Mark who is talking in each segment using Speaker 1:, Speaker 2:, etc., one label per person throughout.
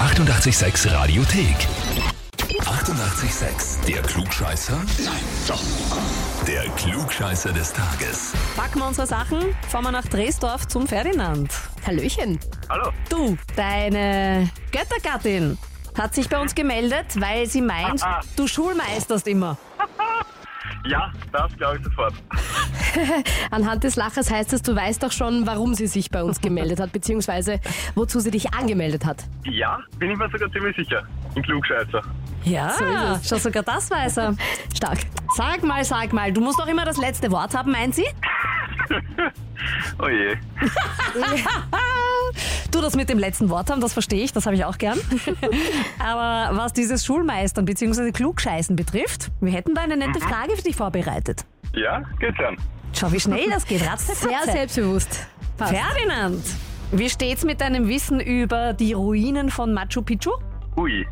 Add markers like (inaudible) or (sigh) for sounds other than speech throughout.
Speaker 1: 886 Radiothek. 88,6. Der Klugscheißer? Nein, doch. Der Klugscheißer des Tages.
Speaker 2: Packen wir unsere Sachen, fahren wir nach Dresdorf zum Ferdinand. Hallöchen.
Speaker 3: Hallo.
Speaker 2: Du, deine Göttergattin hat sich bei uns gemeldet, weil sie meint,
Speaker 3: Ah, ah.
Speaker 2: du schulmeisterst immer.
Speaker 3: Ja, das glaube ich sofort.
Speaker 4: Anhand des Lachers heißt es, du weißt doch schon, warum sie sich bei uns gemeldet hat, beziehungsweise wozu sie dich angemeldet hat.
Speaker 3: Ja, bin ich mir sogar ziemlich sicher. Ein Klugscheißer.
Speaker 2: (laughs) Ja, schon sogar das weiß er.
Speaker 4: Stark.
Speaker 2: Sag mal, sag mal, du musst doch immer das letzte Wort haben, meint sie?
Speaker 3: Oh je.
Speaker 2: Du, das mit dem letzten Wort haben, das verstehe ich, das habe ich auch (laughs) gern. Aber was dieses Schulmeistern bzw. Klugscheißen betrifft, wir hätten da eine nette Frage für dich vorbereitet.
Speaker 3: Ja, geht's an.
Speaker 2: Schau, wie schnell das geht. Ratze,
Speaker 4: Sehr
Speaker 2: Fatze.
Speaker 4: selbstbewusst. Passt.
Speaker 2: Ferdinand, wie steht's mit deinem Wissen über die Ruinen von Machu Picchu?
Speaker 3: Ui.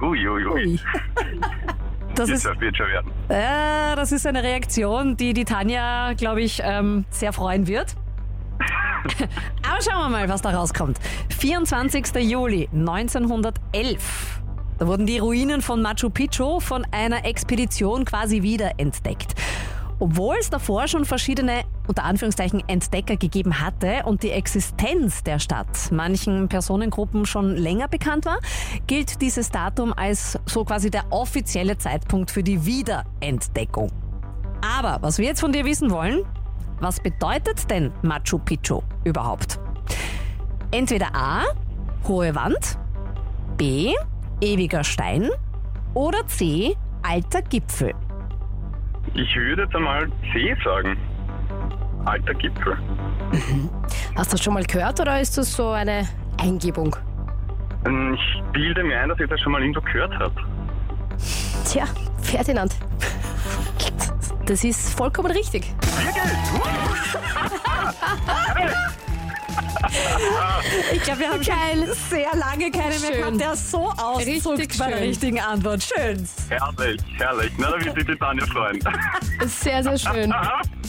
Speaker 3: Ui, ui, ui.
Speaker 2: Das
Speaker 3: Jetzt
Speaker 2: ist,
Speaker 3: wird wird schon werden.
Speaker 2: äh, das ist eine Reaktion, die die Tanja, glaube ich, ähm, sehr freuen wird. Aber schauen wir mal, was da rauskommt. 24. Juli 1911. Da wurden die Ruinen von Machu Picchu von einer Expedition quasi wiederentdeckt. Obwohl es davor schon verschiedene, unter Anführungszeichen, Entdecker gegeben hatte und die Existenz der Stadt manchen Personengruppen schon länger bekannt war, gilt dieses Datum als so quasi der offizielle Zeitpunkt für die Wiederentdeckung. Aber was wir jetzt von dir wissen wollen, was bedeutet denn Machu Picchu überhaupt? Entweder A, hohe Wand, B, ewiger Stein oder C, alter Gipfel.
Speaker 3: Ich würde jetzt einmal C sagen. Alter Gipfel.
Speaker 4: Hast du das schon mal gehört oder ist das so eine Eingebung?
Speaker 3: Ähm, Ich bilde mir ein, dass ich das schon mal irgendwo gehört habe.
Speaker 4: Tja, Ferdinand. Das ist vollkommen richtig.
Speaker 2: Ich glaube, wir haben
Speaker 4: Geil.
Speaker 2: sehr lange keine
Speaker 4: Schön.
Speaker 2: der so
Speaker 4: Richtig schön.
Speaker 2: richtigen Antwort. Schön.
Speaker 3: Herrlich, herrlich. Na, da wird sich die Tanja freuen. (laughs)
Speaker 4: Sehr, sehr schön.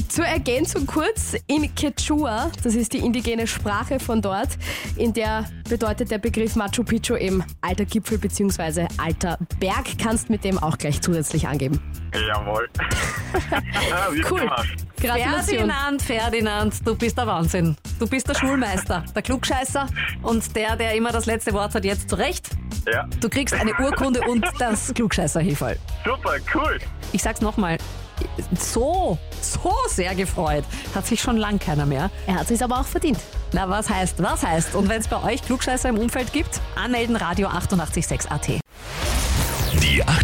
Speaker 4: Zur Ergänzung kurz, in Quechua, das ist die indigene Sprache von dort, in der bedeutet der Begriff Machu Picchu eben alter Gipfel bzw. alter Berg, kannst mit dem auch gleich zusätzlich angeben.
Speaker 2: (laughs)
Speaker 3: Jawohl. Wird
Speaker 4: Cool.
Speaker 3: gemacht.
Speaker 4: Gratulation.
Speaker 2: Ferdinand, Ferdinand, du bist der Wahnsinn. Du bist der Schulmeister, der Klugscheißer und der, der immer das letzte Wort hat, jetzt zurecht.
Speaker 3: Ja,
Speaker 2: Du kriegst eine Urkunde und das Klugscheißer-Hilfe.
Speaker 3: super, cool.
Speaker 2: ich sag's nochmal, so, so sehr gefreut. Hat sich schon lang keiner mehr.
Speaker 4: Er hat es aber auch verdient.
Speaker 2: Na, was heißt, was heißt? Und wenn's bei euch Klugscheißer im Umfeld gibt, anmelden Radio 886 AT.
Speaker 1: Die